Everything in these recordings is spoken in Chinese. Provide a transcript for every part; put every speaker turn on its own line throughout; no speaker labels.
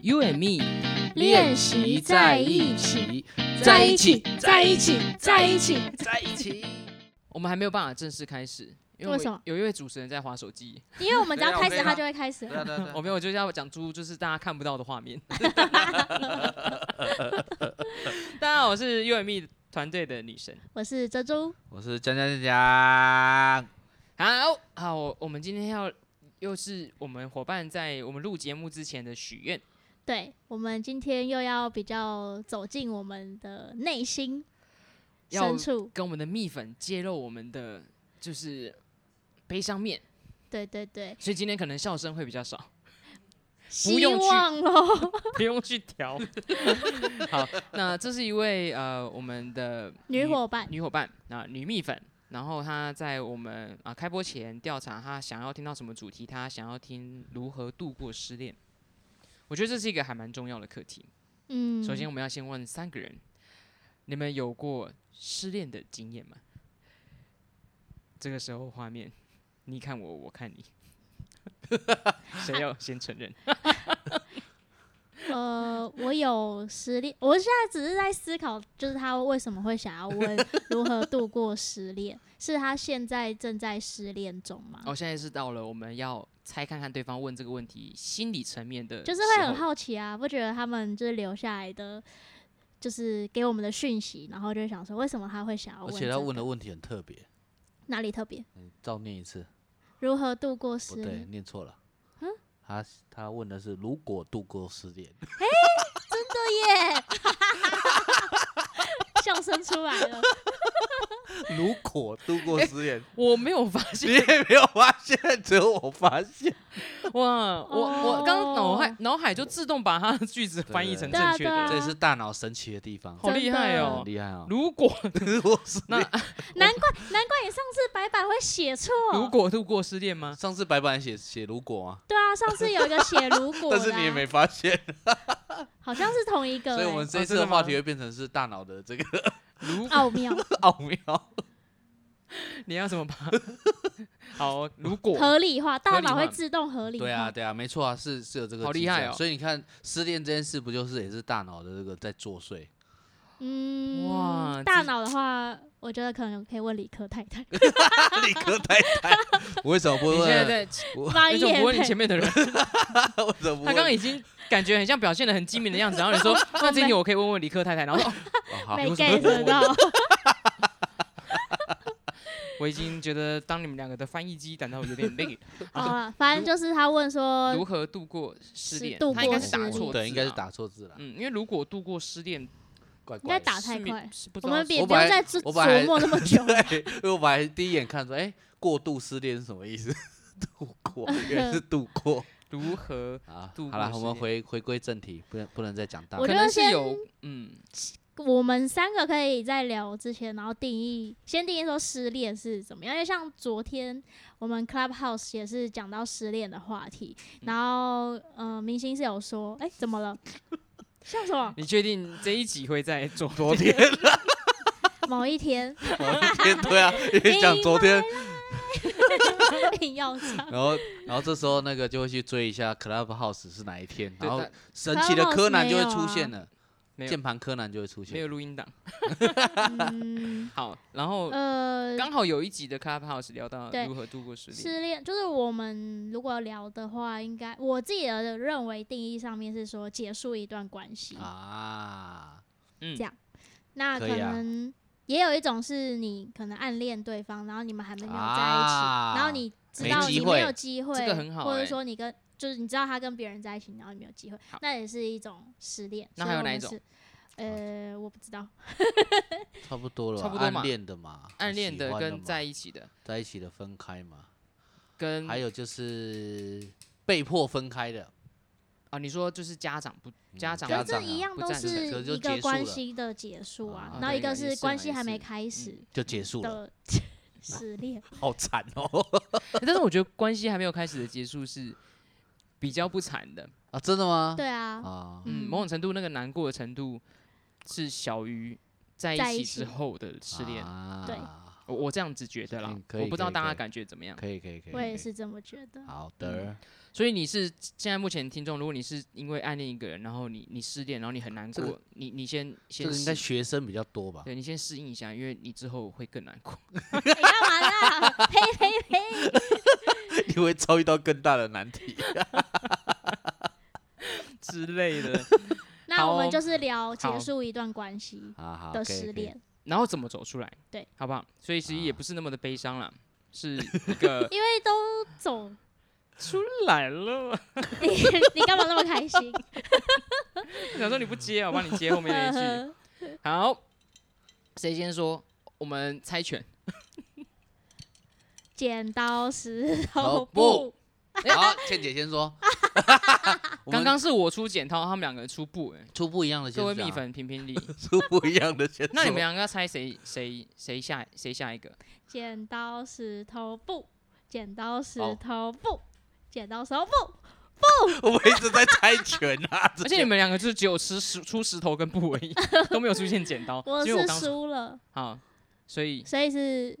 You and me
练习在一起，
在一起，在一起，
在一起。
在一起。我们还没有办法正式开始，因
为
为
什么
我有一位主持人在划手机。
因为我们只要开
对
始，
啊
它就会开始
对。啊对啊对啊
我没有，我就是要讲出就是大家看不到的画面。 大家好，我是 You and me 团队的女神。
我是珍珠，
我是江江江江，
好好，我我们今天要又是我们伙伴在我们录节目之前的许愿。
对我们今天又要比较走进我们的内心
要
深处。
跟我们的蜜粉揭露我们的就是悲伤面，
对对对，
所以今天可能笑声会比较少，不
希
用去
望咯，
不用去调。 好，那这是一位呃我们的
女伙 伴，
女伙伴啊、女蜜粉，然后她在我们啊、开播前调查她想要听到什么主题，她想要听如何度过失恋。我觉得这是一个还蛮重要的课题。
嗯，
首先，我们要先问三个人，你们有过失恋的经验吗？这个时候画面，你看我，我看你， 谁要先承认？
呃，我有失恋，我现在只是在思考，就是他为什么会想要问如何度过失恋，是他现在正在失恋中吗？
哦，现在是到了我们要猜看看对方问这个问题心理层面的时候，
就是会很好奇啊，不觉得他们就是留下来的，就是给我们的讯息，然后就想说为什么他会想要
而
问、
且他问的问题很特别，
哪里特别？
你照念一次，
如何度过
不
失
对，
恋？
念错了。他他问的是如果度过失恋，
对耶，笑声出来了。
如果度过失恋，
我没有发
你
现，
也没有发现，只有我发现。
哇，我我刚刚脑海
哦
脑海就自动把他的句子翻译成
对
对
正确
对啊
的，
这也是大脑神奇的地方，
好厉害
真的
哦
很！厉害哦。
如果
如果失
那
恋，
难怪难怪你上次白白会写错。
如果度过失恋吗？
上次白板写写如果啊，
对啊，上次有一个写如果的啊、
但是你也没发现，
好像是同一个、欸，
所以我们这
哦
一
真
次
的
的话
吗
题会变成是大脑的这个
如
奥 妙
奥妙。
你要怎么把？ 好，哦如果
合理化，大
合理
脑
化
会自动合理化。
对啊，对啊，没错啊，是是有这个
好
机
厉害
制啊
哦
所以你看，失恋这件事不就是也是大脑的这个在作祟？
嗯，
哇这
大脑的话，我觉得可能可以问理科太太，
理科太太，我为什么不
你现在
问？
在，为
专
什么
业
不问你
配
前面的人？
为什么不
他刚刚
问？
已经感觉很像表现的很机敏的样子，然 后你说那这一题我可以问问李克太太，然后说哦
哦好，
没
你为什么
get
不问
到。
我已经觉得当你们两个的翻译机感到有点累，
好了，啊反正就是他问
如
说，
何度过失
呃是
恋
度？
他应该是
过
打
失
错字，啊
对，应该是。打错字了，
嗯，因为如果度过失恋，
怪
应该
怪 的。
打太
是没
快，
是不知
我
道
们也
我
不用
本来
再琢
我本来
琢磨 那么久。
对，因为我本来第一眼看说，哎，过度失恋是什么意思？ 度过，原来是度 过
如何，
啊。
度
好
过
了，
失
我们
恋
回回归正题，不能不能再讲大
我
可
脑。
觉得
能是
先
有嗯，
我们三个可以在聊之前，然后定义先定义说失恋是怎么样。因为像昨天我们 Clubhouse 也是讲到失恋的话题，
嗯
然后呃，明星是有说，哎、怎么了？笑什么？
你确定这一集会在做？
昨 天，
某一天
昨天对啊，因为讲昨天，
硬要 唱，
然后然后这时候那个就会去追一下 Clubhouse 是哪一天，
对
然后
但
神奇的柯南就会
Clubhouse
出现了，
没有
键盘柯南就会出
没
现。
有录音档。
嗯，
好，然后
呃，
刚好有一集的 Clubhouse 聊到
对
如何度过失恋，
失恋就是我们如果聊的话，应该我自己的认为定义上面是说结束一段关系，
啊，
嗯
这样那可
可以啊
能也有一种是你可能暗恋对方，然后你们还没有在一起，
啊
然后你知
没
道
机
你没
会
有机会，
这个很好
或者
欸
说你跟就是你知道他跟别人在一起，然后你没有机会
好，
那也是一种失恋。
那
所
还
以
有
我
哪
们
一种
是？呃，我不知道，
差不多了吧，
差不多嘛
暗恋的嘛，
暗恋
喜
的
欢的
跟
嘛
在一起的，
在一起的分开嘛，
跟
还有就是被迫分开的，
啊，你说就是家长不家
嗯
长
可
家
不
是这
长
一
啊
样
不
都
赞成
是
可是就
一个
结束
关
了
系的结束啊
啊，
然后
对
一个
也
是
是
关
啊
系
也
还没
是嗯
开始
就结束了，
的 失恋。
好惨哦
但是我觉得关系还没有开始的结束是比较不惨的，
啊，真的吗？
对啊，
啊，
嗯，
嗯
某种程度那个难过的程度是小于在
在
一
一
起之
起
后的失恋。
啊
对
我我我这样子觉得啦
嗯，可以
我不知道
可以
大
可
家
以
感觉怎么样。
可以可以可以，
我也
可以。
是这么觉 得。
好
嗯
的，
所以你是现在目前听众，如果你是因为暗恋一个人，然后你你失恋，然后你很难
这个
过，你你先
这
先
个应该
适，
学生比较多吧？
对你先适应一下，因为你之后会更难过。
你干嘛啦？ 呸呸呸！
你会遭遇到更大的难题。
之类的。
那
好
我
哦
们就是聊
好
结束一段关系
好啊好
的
可以可
失
以
恋，
然后怎么走出来？
对，
好不好？所以其实
啊
也不是那么的悲伤啦， 是一
呃
个
因为都走，
出来了。
你你干嘛那么开 心？
想说你不接啊，我帮你接后面
嗯
那一 句。好，谁先说？我们猜拳。
剪刀石
头
头
布
布，
好，倩姐先说。我们
刚刚是我出剪刀，他们两个出布、欸。
出不一样的先
各位
讲
蜜粉评评 理。
出不一样的先
那你们
说
两个要猜谁谁谁下谁下一个？
剪刀石头布，剪刀石
好
头布，剪刀石头布。
我们一直在猜拳啊，
而且你们两个就是只有吃石出石头跟布而已， 都没有出现剪刀。
我
是因为
是
我刚说
输了，
好，所以
所以是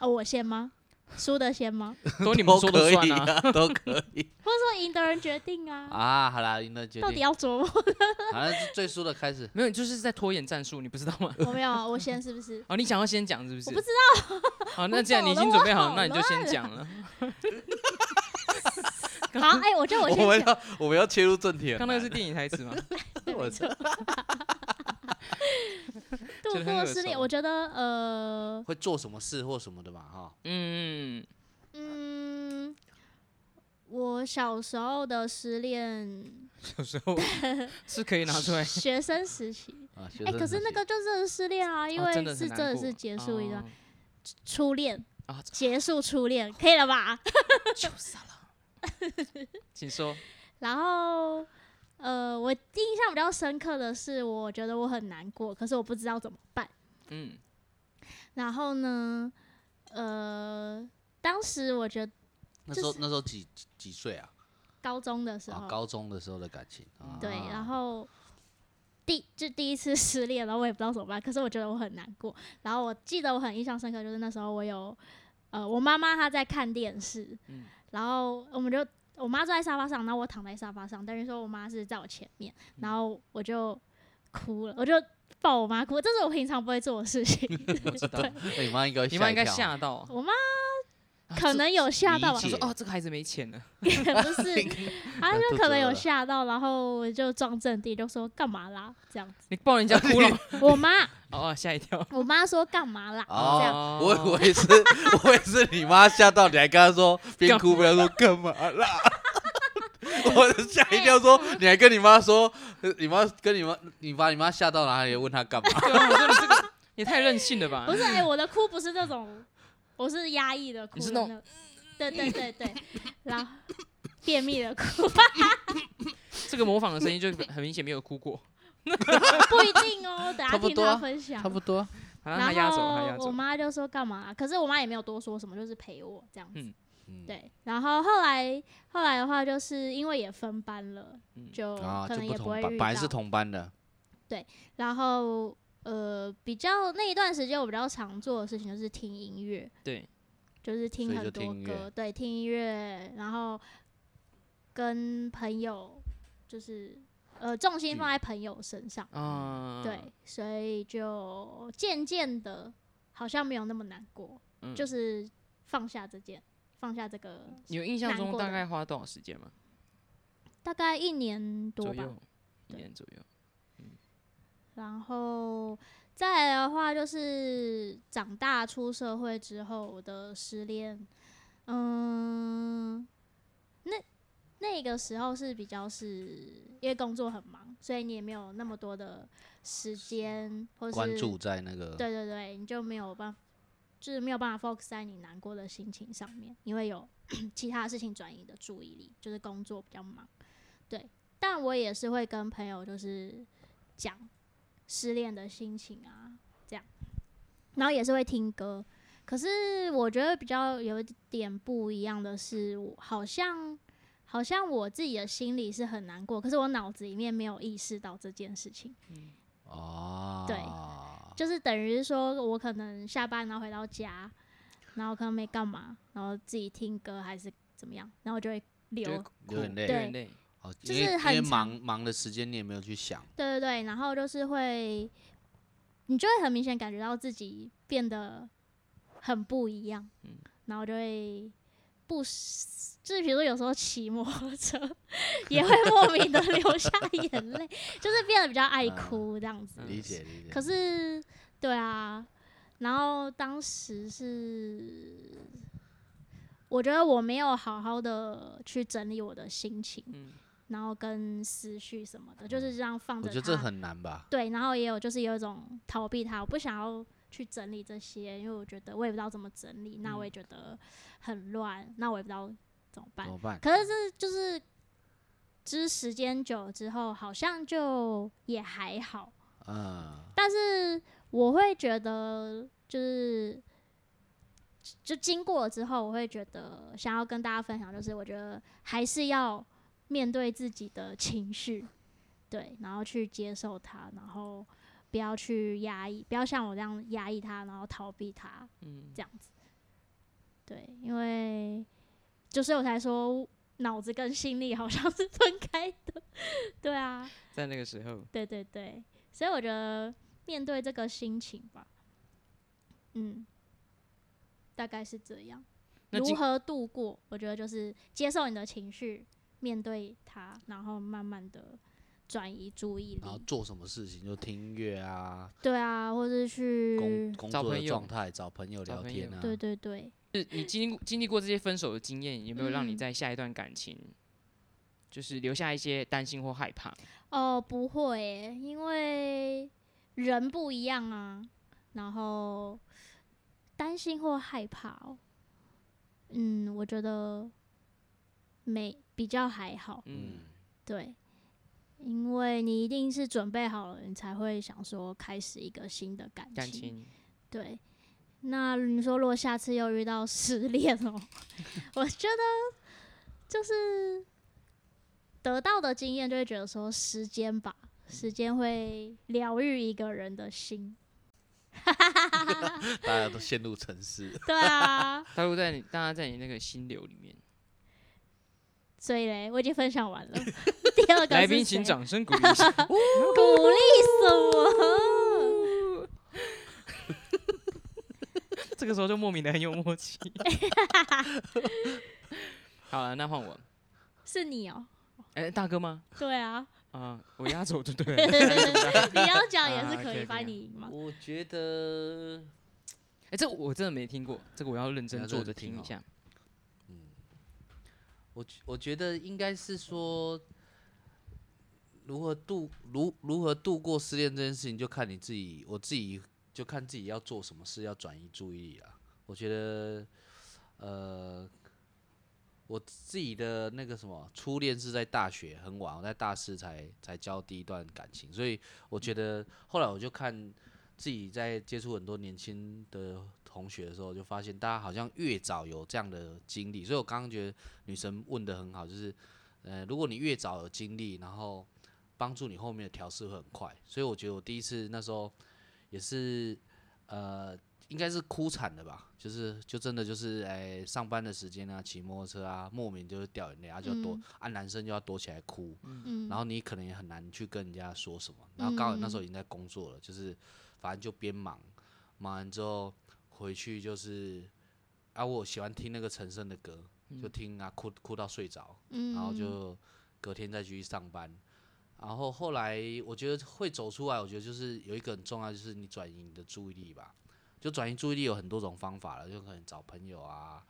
哦，我先吗？输的先吗？
都 你们
都
说的
可
算
以
啊。
啊， 都可以
或者说赢的人决定啊？
啊。好啦，赢了决
到底
定，
要琢磨？
好像是最输的开始。
没有，你就是在拖延战术，你不知道吗？
我没有啊，我先是不 是？
哦，你想要先讲是不是？
我不知
道。 好，
我
那既然你已
懂了
经准备好，
我
那你就
懂
先讲 了。
好，哎、 我觉得我
们
先讲，
要我们要切入正题了。
刚那个是电影台词吗？
对
我
没错 度
觉得很
过
耳
失恋，
熟
我觉得呃，
会做什么事或什么的嘛？哈，
嗯，
嗯，我小时候的失恋，
有时候 是可以拿出来。
学生 时期，
啊，
哎、可是那个就真的失恋啊， 因
哦
为
真的
是
很
真
难
的
过
是结束一段、
哦
初恋
啊，
结束初恋，可以了吧？
就死了。 请说。
然后呃，我印象比较深刻的是，我觉得我很难过，可是我不知道怎么办。
嗯，
然后呢，呃，当时我觉得
那时候那时候几几几岁啊？
高中的
哦
时候，
啊，高中的时候的感情啊。
对，然 后第就第一次 失恋，然后我也不知道怎么办，可是我觉得我很难过。然后我记得我很印象深刻，就是那时候我有呃，我妈妈她在看电视，
嗯
然后我们就我妈坐在沙发上，然后我躺在沙发上，等于说我妈是在我前面，
嗯
然后我就哭了，我就抱我妈哭，这是我平常不会做的事 情。
我知道。
那哎你妈应该
你妈应该
吓一
吓到，
我妈
啊
可能有吓到吧
理
这，
解
说哦，这个孩子没钱了。
不
跳，
是，她
那
就
肚
可能
子饿
有
了
吓到，然后我就撞正地，就说干嘛啦这样子。
你抱 人家哭了吗，
我妈
哦，吓一跳。
我妈说干嘛啦这样。
哦，我以为是，我以为是你妈吓到，你还跟她说边哭边说干嘛啦？ 我吓一跳说，你还跟你妈说，呃你妈跟你妈，你把你妈吓到，然后还问她干嘛？
对啊，我说你这个也太任性了 吧
不。是，哎、我的哭不是那种，我是压抑的哭
你
的
是
那
那
种，对对对对，然后便秘的哭，
这个模仿的声音就很明显没有哭过。
不一定哦，等下
差不
听
多
他
啊
分享。
不多，
好了，他压
然
走，他压
后我
走。
妈就说干嘛、可是我妈也没有多说什么，就是陪我这样子。
嗯
嗯，
对，然后后来后来的话，就是因为也分班了，
嗯
就
啊，
可
就
能
不
也会遇
同班，本
到。
来是同班的，
然后呃，比较那一段时间我比较常做的事情就是听音乐，
对，
就是听
所以
很
就
多
听音乐
歌，对，听音乐，然后跟朋友就是呃重心放在朋友身上，
嗯
啊，
对，所以就渐渐的好像没有那么难过，
嗯
就是放下这件，放下这个，
你有印象
难
中
过的
大概花多少时间吗？
大概一年多
左
吧，
右，一
对
年左右。
然后再来的话，就是长大出社会之后我的失恋，嗯，那那个时候是比较是因为工作很忙，所以你也没有那么多的时间或是
关注，在那个
对对对，你就没有办法，就是没有办法 focus 在你难过的心情上面，因为有 其他事情转移的注意力，就是工作比较忙，对。但我也是会跟朋友就是讲失恋的心情啊，这样，然后也是会听歌。可是我觉得比较有一点不一样的是，我好像好像我自己的心里是很难过，可是我脑子里面没有意识到这件事情。
哦，
对就是等于说我可能下班然后回到家，然后可能没干嘛，然后自己听歌还是怎么样，然后就会
就
流
是，
流眼
哭
泪
流眼泪，
哦，
就
因为
是
因
很
为
长
忙忙的时间你也没有去想，
对对对，然后就是会，你就会很明显感觉到自己变得很不一样，
嗯
然后就会不时，就是比如说有时候骑摩托车 也会莫名的 流下眼泪，就是变得比较爱哭这样子。
嗯
理解理解。
可是，对啊，然后当时是，我觉得我没有好好的去整理我的心情，
嗯，
然后跟思绪什么的，就是这样放
嗯
着
我
它。
觉得这很难吧？
对，然后也有就是有一种逃避它，我不想要去整理这些，因为我觉得我也不知道怎么整理，那我
嗯
也觉得很乱，那我也不知道怎么办
怎。么办？
可是这就是，就是时间久了之后，好像就也还好，
嗯，
但是我会觉得就是。就经过了之后，我会觉得想要跟大家分享，就是我觉得还是要面对自己的情绪，对，然后去接受它，然后不要去压抑，不要像我这样压抑它，然后逃避它，
嗯
这样子。对，因为就是我才说脑子跟心力好像是分开的， 对啊，
在那个时候，
对对对，所以我觉得面对这个心情吧，嗯，大概是这样。
那
如
经
何度过？我觉得就是接受你的情绪，面对它，然后慢慢的转移注意
然后
力。
做什么事情就听音乐啊，
对啊，或者
工
去，
工
找
作的
朋友
状态，找朋友
找
聊
朋
天
友
啊。
对对对，
是你经历经历过这些分手的经验，有没有让你
嗯
在下一段感情，就是留下一些担心或害怕？
哦，不会耶，因为人不一样啊，然后担心或害怕、哦，嗯，我觉得没比较还好，
嗯
嗯，
对，因为你一定是准备好了，你才会想说开始一个新的感情，
感情，
对。那你说，如果下次又遇到失恋哦， 我觉得就是得到的经验，就会觉得说时间吧，时间会疗愈一个人的心。
大家都陷入沉 思。
对啊，
它会在你，大家在你那个心流里面。
所以嘞，我已经分享完了。 第二个
来
是
宾请
谁
掌声鼓励一下。
鼓励什么？
这个时候就莫名的很有默契。好了，那换我。
是你哦、
哎、大哥吗？
对啊，
啊、我压轴就对了。
你要讲也 是
啊
可以，
，OK，OK
把你赢嘛。
我觉得，
哎、这我真的没听过，这个我要认
你
真
要
坐
认
着
真听
听一
哦
下。
我觉我觉得应该是说，如何度如如何度过失恋这件事情，就看你自己，我自己就看自己要做什么事，要转移注意力啦。我觉得，呃，我自己的那个什么初恋是在大学很晚，我在大四才才交第一段感情，所以我觉得后来我就看自己在接触很多年轻的同学的时候，就发现大家好像越早有这样的经历，所以我刚刚觉得女神问的很好，就是，呃，如果你越早有经历，然后帮助你后面的调试会很快。所以我觉得我第一次那时候也是，呃，应该是哭惨了吧，就是就真的就是，哎、上班的时间啊，骑摩托车啊，莫名就是掉眼泪，啊，就要躲、
嗯
啊，男生就要躲起来哭，
嗯，
然后你可能也很难去跟人家说什么。然后刚好那时候已经在工作了，就是反正就边忙，忙完之后回去就是啊，我喜欢听那个陈升的歌，就听啊，哭哭到睡着，
嗯
然后就隔天再继续上班。然后后来我觉得会走出来，我觉得就是有一个很重要，就是你转移你的注意力吧。就转移注意力有很多种方法了，就可能找朋友啊，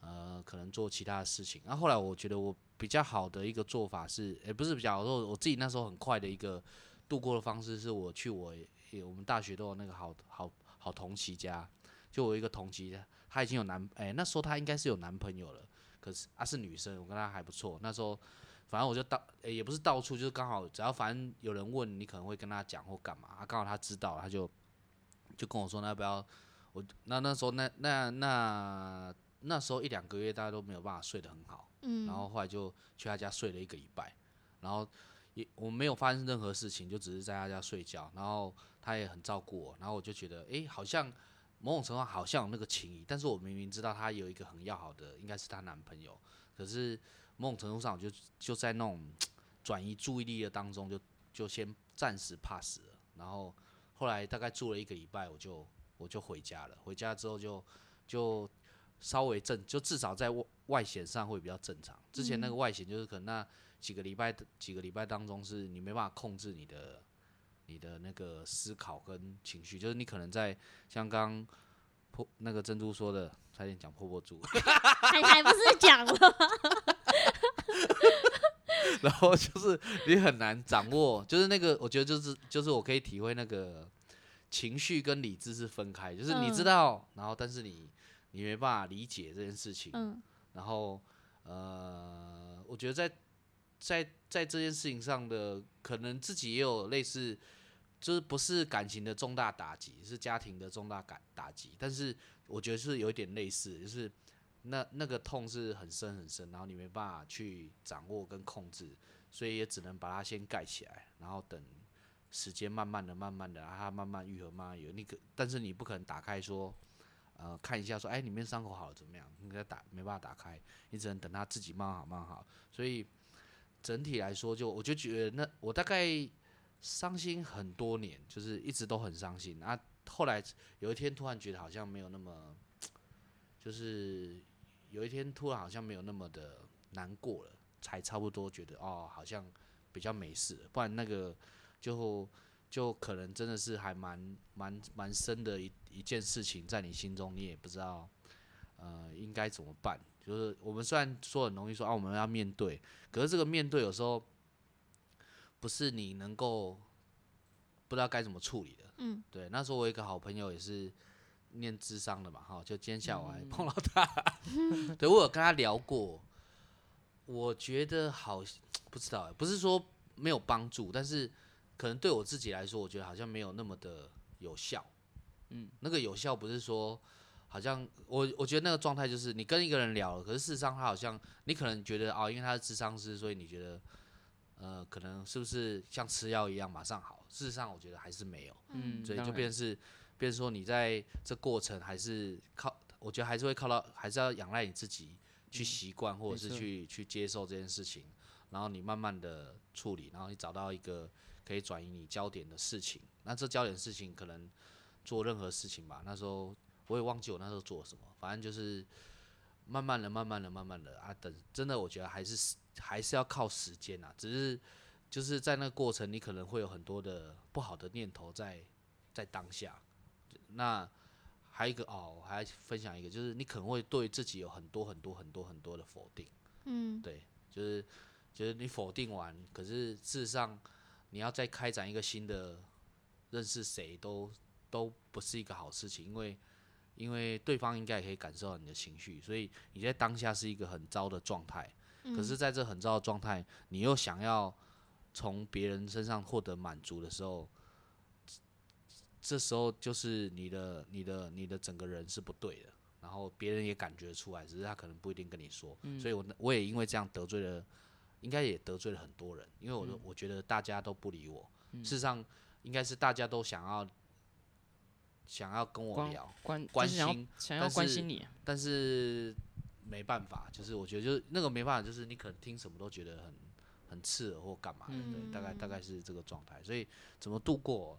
呃，可能做其他的事情。然后后来我觉得我比较好的一个做法是，也、不是比较好，我我自己那时候很快的一个度过的方式是我去我也我们大学都有那个好好好同期家，就我有一个同期，她已经有男，哎、那时候她应该是有男朋友了，可是啊是女生，我跟她还不错，那时候。反正我就到，诶也不是到处，就是刚好，只要反正有人问你，可能会跟她讲或干嘛，啊，刚好她知道了，她就就跟我说，那要不要我那那时候那那那那时候一两个月大家都没有办法睡得很好，
嗯，
然后后来就去他家睡了一个礼拜，然后也我没有发生任何事情，就只是在他家睡觉，然后他也很照顾我，然后我就觉得，诶，好像某种程度上好像有那个情谊，但是我明明知道她有一个很要好的，应该是她男朋友，可是某种程度上我就就在那种转移注意力的当中就，就先暂时 pass 了，然后后来大概住了一个礼拜，我就我就回家了，回家之后就就稍微正，就至少在外外显上会比较正常，之前那个外显就是可能那。几个礼拜几个礼拜当中，是你没办法控制你的你的那个思考跟情绪，就是你可能在像刚破那个珍珠说的，差点讲破破猪，
还还不是讲 了，
然后就是你很难掌握，就是那个我觉得就是就是我可以体会那个情绪跟理智是分开，就是你知
嗯
道，然后但是你你没办法理解这件事情，
嗯
然后呃，我觉得在在在这件事情上的，可能自己也有类似，就是不是感情的重大打击，是家庭的重大感打击，但是我觉得是有一点类似，就是那那个痛是很深很深，然后你没办法去掌握跟控制，所以也只能把它先盖起来，然后等。时间慢慢的、慢慢的，让它慢慢愈合，慢慢愈合。你可，但是你不可能打开说，呃，看一下说，哎，里面伤口好了怎么样？你给它打没办法打开，你只能等它自己慢慢好，慢慢好。所以整体来说就，我就觉得那我大概伤心很多年，就是一直都很伤心。啊，后来有一天突然觉得好像没有那么，就是有一天突然好像没有那么的难过了，才差不多觉得哦，好像比较没事了。不然那个就就可能真的是还蛮蛮蛮深的一一件事情，在你心中你也不知道，呃，应该怎么办。就是我们虽然说很容易说啊，我们要面对，可是这个面对有时候不是你能够不知道该怎么处理的。
嗯，
对。那时候我有一个好朋友也是念智商的嘛，哈，就今天下午还碰到他， 对我有跟他聊过，我觉得好不知道欸，不是说没有帮助，但是可能对我自己来说，我觉得好像没有那么的有效。嗯，那个有效不是说好像我我觉得那个状态就是你跟一个人聊了，可是事实上他好像你可能觉得哦，因为他是智商师，所以你觉得呃，可能是不是像吃药一样马上好？事实上我觉得还是没有。
嗯，
所以
当
就
然
变成是，变成说你在这过程还是靠，我觉得还是会靠到，还是要仰赖你自己去习惯、或者
嗯没
是
错
去去接受这件事情，然后你慢慢的处理，然后你找到一个可以转移你焦点的事情。那这焦点事情可能做任何事情吧，那时候我也忘记我那时候做什么，反正就是慢慢的、慢慢的、慢慢的啊，等真的我觉得还是时还是要靠时间啊，只是。就是在那个过程，你可能会有很多的不好的念头在在当下。那还有一个哦，我还分享一个，就是你可能会对自己有很多很多很多很多的否定，
嗯
对，就是就是你否定完，可是事实上你要再开展一个新的认识谁都都不是一个好事情，因为因为对方应该也可以感受到你的情绪，所以你在当下是一个很糟的状态。
嗯，
可是在这很糟的状态，你又想要从别人身上获得满足的时候，这这时候就是你的、你的、你的整个人是不对的，然后别人也感觉出来，只是他可能不一定跟你说。所以我那我也因为这样得罪了，应该也得罪了很多人，因为我、我觉得大家都不理我，事实上应该是大家都想要想要跟我
光
聊，
关就
关
是想要
心
想要
但
关
是
心你啊，
但是没办法，就是我觉得就是那个没办法，就是你可能听什么都觉得很很刺耳或干嘛的，对，大概大概是这个状态。所以怎么度过，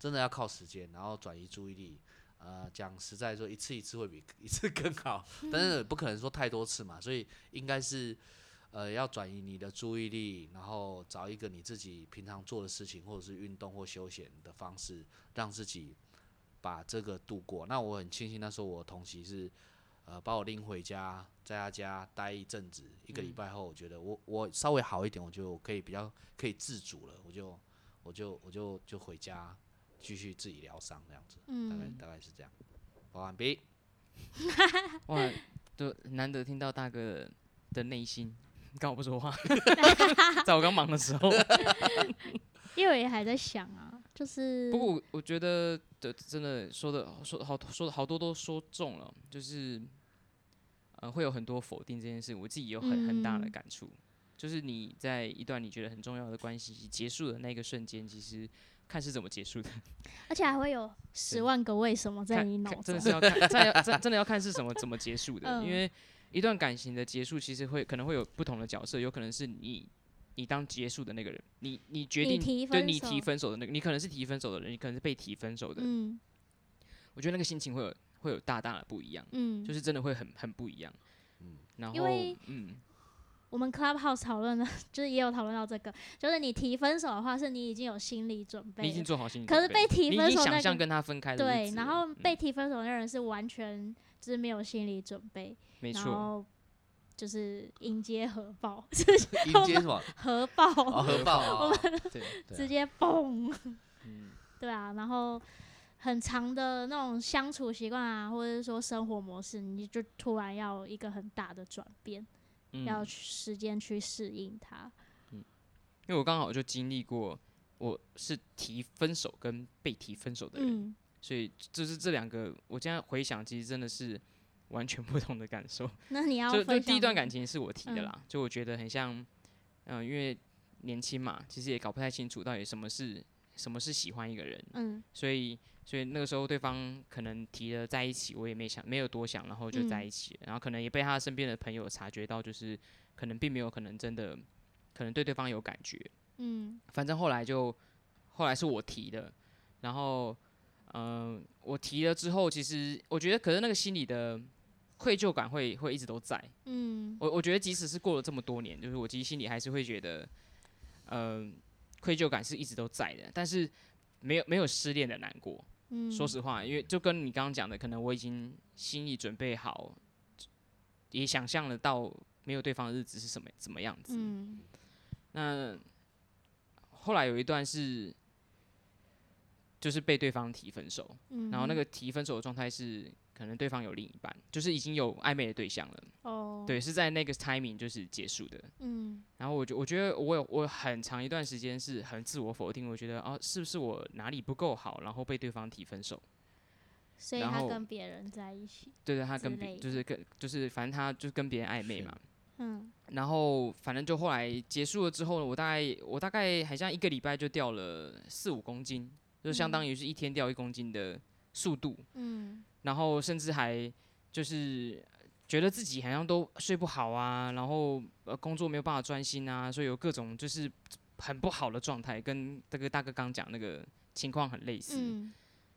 真的要靠时间，然后转移注意力。呃，讲实在说，一次一次会比一次更好，但是也不可能说太多次嘛，所以应该是。呃，要转移你的注意力，然后找一个你自己平常做的事情，或者是运动或休闲的方式，让自己把这个度过。那我很庆幸那时候我同席是，呃，把我拎回家，在他家待一阵子，一
嗯
个礼拜后，我觉得我我稍微好一点，我就可以比较可以自主了，我就我就我就就回家继续自己疗伤这样子，大概
嗯，
大概是这样。保 完毕，
哇，就难得听到大哥的的内心。 刚我不 说话，在我刚忙的时候。
因为我也还在想啊，就是
不过我我觉得的真的说的说好说的好多都说中了，就是呃会有很多否定这件事，我自己有很很大的
嗯
感触。就是你在一段你觉得很重要的关系结束的那个瞬间，其实看是怎么结束的，
而且还会有十万个为哦什么在你
看
脑
看 真
中
的。是要看，真的 要真真的要看是什么怎么结束的，
嗯
因为一段感情的结束其实会可能会有不同的角色，有可能是你。你当结束的那个人，你你决
你
定
提
对
分
你
手
提分手的那个，你可能是提分手的人，你可能是被提分手的，
嗯
我觉得那个心情会有会有大大的不一样，
嗯，
就是真的会很很不一样。
嗯
然
因
后
为
嗯，
我们 Clubhouse 讨论的，就是也有讨论到这个，就是你提分手的话，是你已经有心理准备
你已
了
经做好心理
可
准
是
备
被
了
提
你已
分
经
手
想
那
象
个
跟他分开的日
对，
子
然
了
后
嗯
被提分手的人是完全就是没有心理准备，
没
然
错，
后就是迎接核 爆，
迎接什么？
核爆、
哦，核爆啊！
对，
对啊
直接嘣，
嗯，
对啊，然后很长的那种相处习惯啊，或者是说生活模式，你就突然要有一个很大的转变，要
嗯
去时间去适应它。
因为我刚好就经历过，我是提分手跟被提分手的人，
嗯，
所以就是这两个，我现在回想，其实真的是完全 不同的感受。
那你要
就就
分
第一
享
段
你
感情是我提的
嗯
啦，就我觉得很像，嗯、因为年轻嘛，其实也搞不太清楚到底什么是什么是喜欢一个人，
嗯
所以所以那个时候对方可能提了在一起，我也没想没有多想，然后就在
嗯
一起了、然后可能也被他身边的朋友察觉到，就是可能并没有可能真的可能对对方有感觉，
嗯
反正后来就后来是我提的，然后嗯、呃我提了之后，其实我觉得可是那个心里的愧疚感会会一直都在，
嗯
我我觉得即使是过了这么多年，就是我其实心里还是会觉得，嗯、愧疚感是一直都在的，但是没有没有失恋的难过。
嗯，
说实话，因为就跟你刚刚讲的，可能我已经心里准备好，也想象得到没有对方的日子是什么怎么样子。
嗯
那后来有一段是，就是被对方提分手，
嗯，
然后那个提分手的状态是，可能对方有另一半，就是已经有暧昧的对象了，
哦，
对，是在那个 timing 就是结束的。
嗯
然后我就我觉得我有我有很长一段时间是很自我否定，我觉得哦、是不是我哪里不够好，然后被对方提分手？
所以
然
他
后
跟别人在一起，
对对，他跟
之
别
类
就是跟就是反正他就是跟别人暧昧嘛。
嗯
然后反正就后来结束了之后呢，我大概我大概好像一个礼拜就掉了四五公斤，就相当于是一天掉一公斤的速度。
嗯
然后甚至还就是觉得自己好像都睡不好啊，然后呃工作没有办法专心啊，所以有各种就是很不好的状态，跟这个大哥刚讲那个情况很类似。
嗯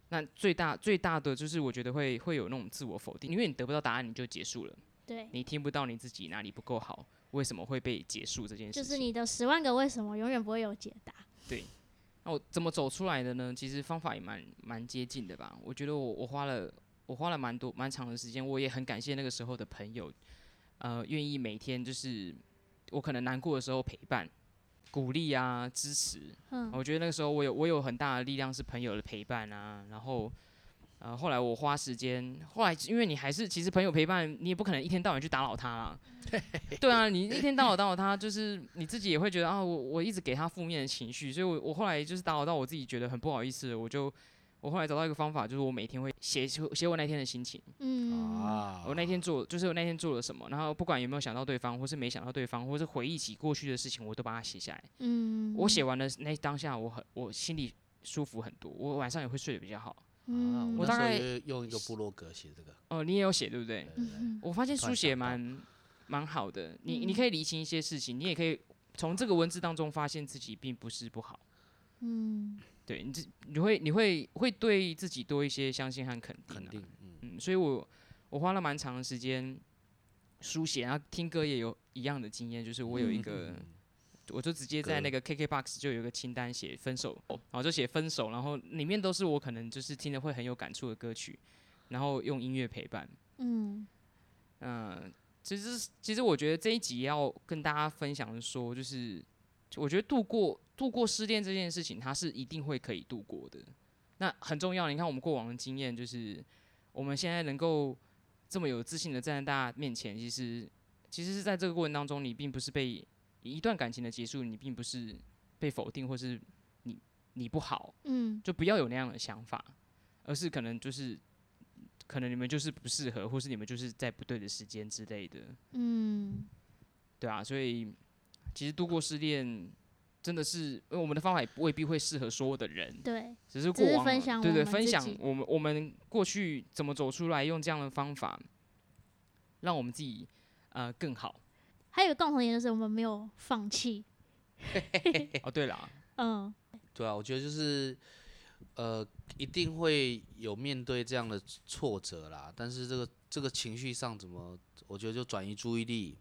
那最大最大的就是我觉得会会有那种自我否定，因为你得不到答案你就结束了，
对，
你听不到你自己哪里不够好，为什么会被结束这件事情。
就是你的十万个为什么永远不会有解答。
那我怎么走出来的呢？其实方法也蛮蛮接近的吧。我觉得我我花了我花了蛮多蛮长的时间，我也很感谢那个时候的朋友，呃，愿意每天就是我可能难过的时候陪伴、鼓励啊、支持。
嗯
我觉得那个时候我有我有很大的力量是朋友的陪伴啊，然后。呃，后来我花时间，后来因为你还是其实朋友陪伴，你也不可能一天到晚去打扰他啦。对啊，你一天到晚打扰他，就是你自己也会觉得啊，我我一直给他负面的情绪，所以我我后来就是打扰到我自己，觉得很不好意思了，我就我后来找到一个方法，就是我每天会写出写我那天的心情，
嗯
啊
我那天做就是我那天做了什么，然后不管有没有想到对方，或是没想到对方，或是回忆起过去的事情，我都把它写下来。
嗯，
我写完的那当下，我很我心里舒服很多，我晚上也会睡得比较好。
啊
嗯，
我大
那时候
概
也用一个部落格写这个，
哦、你也有写对不对？
对对对
我发现
突
书
然
写
想到
蛮蛮好的，你你
嗯
可以理清一些事情，你也可以从这个文字当中发现自己并不是不好。
嗯
对你自你会你会会对自己多一些相信和肯定、
肯定，。嗯，
嗯，所以我我花了蛮长的时间书写，然后听歌也有一样的经验，就是我有一个，我就直接在
歌
那个 KKBox 就有一个清单写分手，然后就写分手，然后里面都是我可能就是听着会很有感触的歌曲，然后用音乐陪伴。
嗯
嗯，其实其实我觉得这一集要跟大家分享的说，就是我觉得度过度过失恋这件事情，它是一定会可以度过的。那很重要，你看我们过往的经验，就是我们现在能够这么有自信的站在大家面前，其实其实是在这个过程当中，你并不是被一段感情的结束，你并不是被否定，或是你你不好，
嗯
就不要有那样的想法，而是可能就是可能你们就是不适合，或是你们就是在不对的时间之类的，
嗯，
对啊，所以其实度过失恋真的是，因为我们的方法也未必会适合所有的人，
对，
只是
只
过
是
往
分享
对
我
对，
们
分
自
享
己
我们我们过去怎么走出来，用这样的方法，让我们自己呃更好。
还有一个共同点就是我们没有放弃，
哦，对了，
嗯，
对啊，我觉得就是呃，一定会有面对这样的挫折啦，但是这个这个情绪上怎么，我觉得就转移注意力，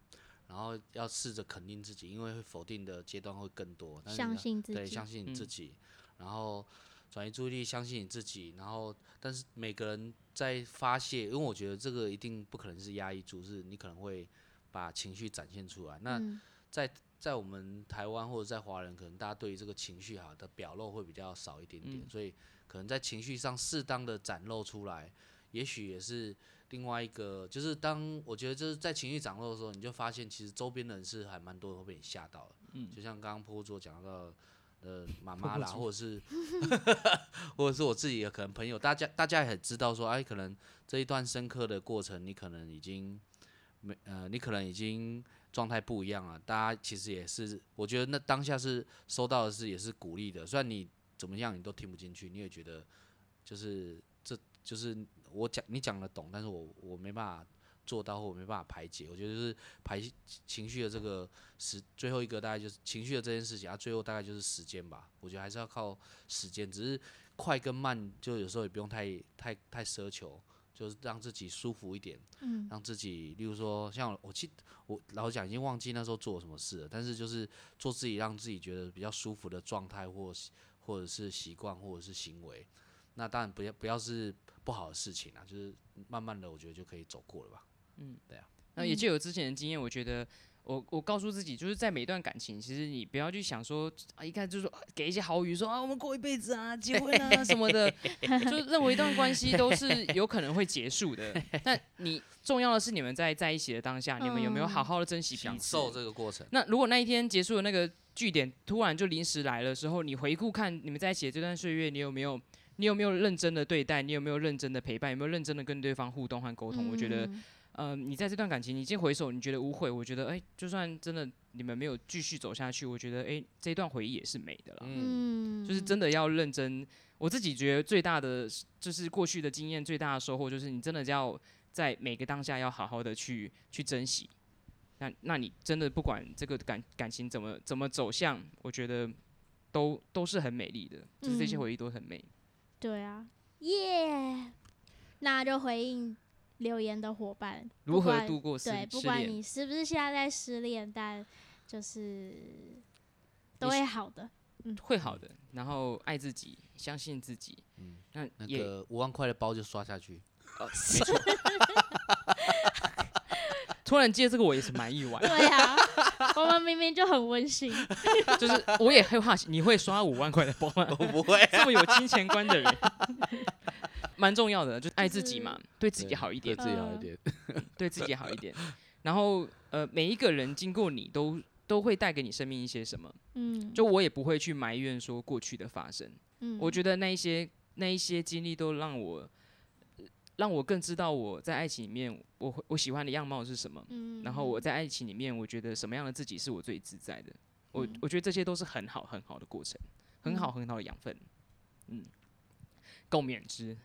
然后要试着肯定自己，因为会否定的阶段会更多，但是
相
啊
你
信自
对，
己
相，信你自
嗯
己，然后转移注意力，相信你自己，然后但是每个人在发泄，因为我觉得这个一定不可能是压抑住，是你可能会把情绪展现出来。那
嗯，
在我们台湾或者在华人，可能大家对于这个情绪哈的表露会比较少一点点，所以可能在情绪上适当的展露出来，也许也是另外一个，就是当我觉得就是在情绪展露的时候，你就发现其实周边的人是还蛮多会被你吓到的，就像刚刚坡座讲到。呃，妈妈啦，或者是， 或者是我自己的可能朋友，大家大家也知道说，哎，可能这一段深刻的过程，你可能已经没呃，你可能已经状态不一样了。大家其实也是，我觉得那当下是收到的是也是鼓励的，虽然你怎么样你都听不进去，你也觉得就是这就是我讲你讲得懂，但是我我没办法做到或我没办法排解。我觉得就是排情绪的这个时最后一个大概就是情绪的这件事情，啊，最后大概就是时间吧。我觉得还是要靠时间，只是快跟慢就有时候也不用太太太奢求，就是让自己舒服一点。
嗯，
让自己，例如说，像我记，我老实讲已经忘记那时候做了什么事了，但是就是做自己让自己觉得比较舒服的状态，或是或者是习惯，或者是行为。那当然不要不要是不好的事情啊，就是慢慢的，我觉得就可以走过了吧。
那也
嗯
借由之前的经验，我觉得我我告诉自己，就是在每一段感情，其实你不要去想说啊，一看就是说给一些豪语说啊，我们过一辈子啊，结婚 啊什么的，就认为一段关系都是有可能会结束的。但你重要的是你们在在一起的当下，你们有没有好
嗯
好的珍惜彼
享
此？
受这个过程，
那如果那一天结束的那个据点突然就临时来的时候，你回顾看你们在一起的这段岁月，你有没有你有没有认真的对待？你有没有认真的陪伴？有没有认真的跟对方互动和沟通？我觉得
嗯
呃，你在这段感情，你已经回首，你觉得无悔，我觉得，哎、就算真的你们没有继续走下去，我觉得，哎、这段回忆也是美的啦。
嗯，
嗯，
就是真的要认真，我自己觉得最大的就是过去的经验，最大的收获就是你真的要在每个当下要好好的去去珍惜。那那你真的不管这个感感情怎么怎么走向，我觉得都都是很美丽的，就是这些
嗯
回忆都很美。
对啊，耶、那就回应留言的伙伴，
如
不
何
管
度过失
对，不
失
管
恋？
你是不是现在在失恋，但就是都
你是
会好的。，
会好的，然后爱自己，相信自己。嗯，那
那
也
个五万块的包就刷下去，
突然接这个我也是蛮意外
对啊，我们明明就很温馨，
就是我也会怕你会刷五万块的包吗？
我不 会，
这么有金钱观的人，蛮重要的，就是爱自己嘛，对自己
对
好一
对
点，
自己好一点，
对自己好一点。然后呃，每一个人经过你都都会带给你生命一些什么，
嗯，
就我也不会去埋怨说过去的发生，
嗯
我觉得那一些那一些经历都让我呃让我更知道我在爱情里面我会我喜欢的样貌是什么。
嗯，
然后我在爱情里面，我觉得什么样的自己是我最自在的？我
嗯
我觉得这些都是很好很好的过程，很好
嗯
很好的养分。嗯，共勉之。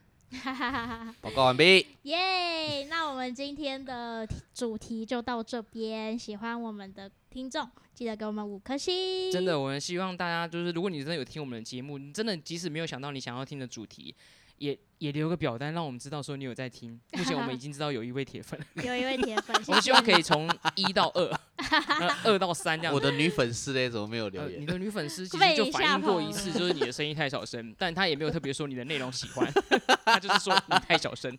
哈哈哈哈。
报告完毕。
耶那我们今天的主题就到这边。喜欢我们的听众，记得给我们五颗星。
真的，我们希望大家就是，如果你真的有听我们的节目，你真的即使没有想到你想要听的主题，也也留个表单，让我们知道说你有在听。目前我们已经知道有一位铁粉，
有一位铁 粉，
我
谢
们
谢
希望
你
可以从一到二，那二到三这样
我
子。
的女粉丝嘞，怎么没有
呃
留
你
言？
的女粉丝其
被
实就
你
反
吓
映过
跑
一次，
了
就是你的声音太小声，但她也没有特别说你的内容喜欢， 她就是说你太小声。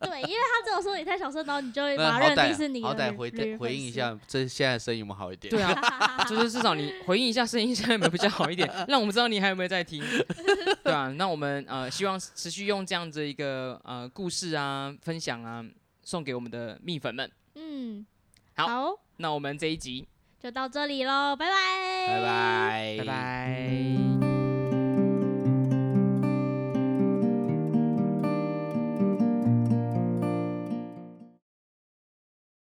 对，因为他只有说你太小声，然后你就会
那
马
好
上认
歹
定是你的
好歹
女
回
女
回
粉
应一
丝
下，这现在声音有没有好一点？
对啊， 就是至少你回应一下声音现在有没有比较好一点，让我们知道你还有没有在听。对啊，那我们呃希望持续用这样子一个呃故事啊分享啊送给我们的蜜粉们。
嗯，
好
好，
那我们这一集，
就到这里喽，拜拜，
拜。
拜
拜，
拜。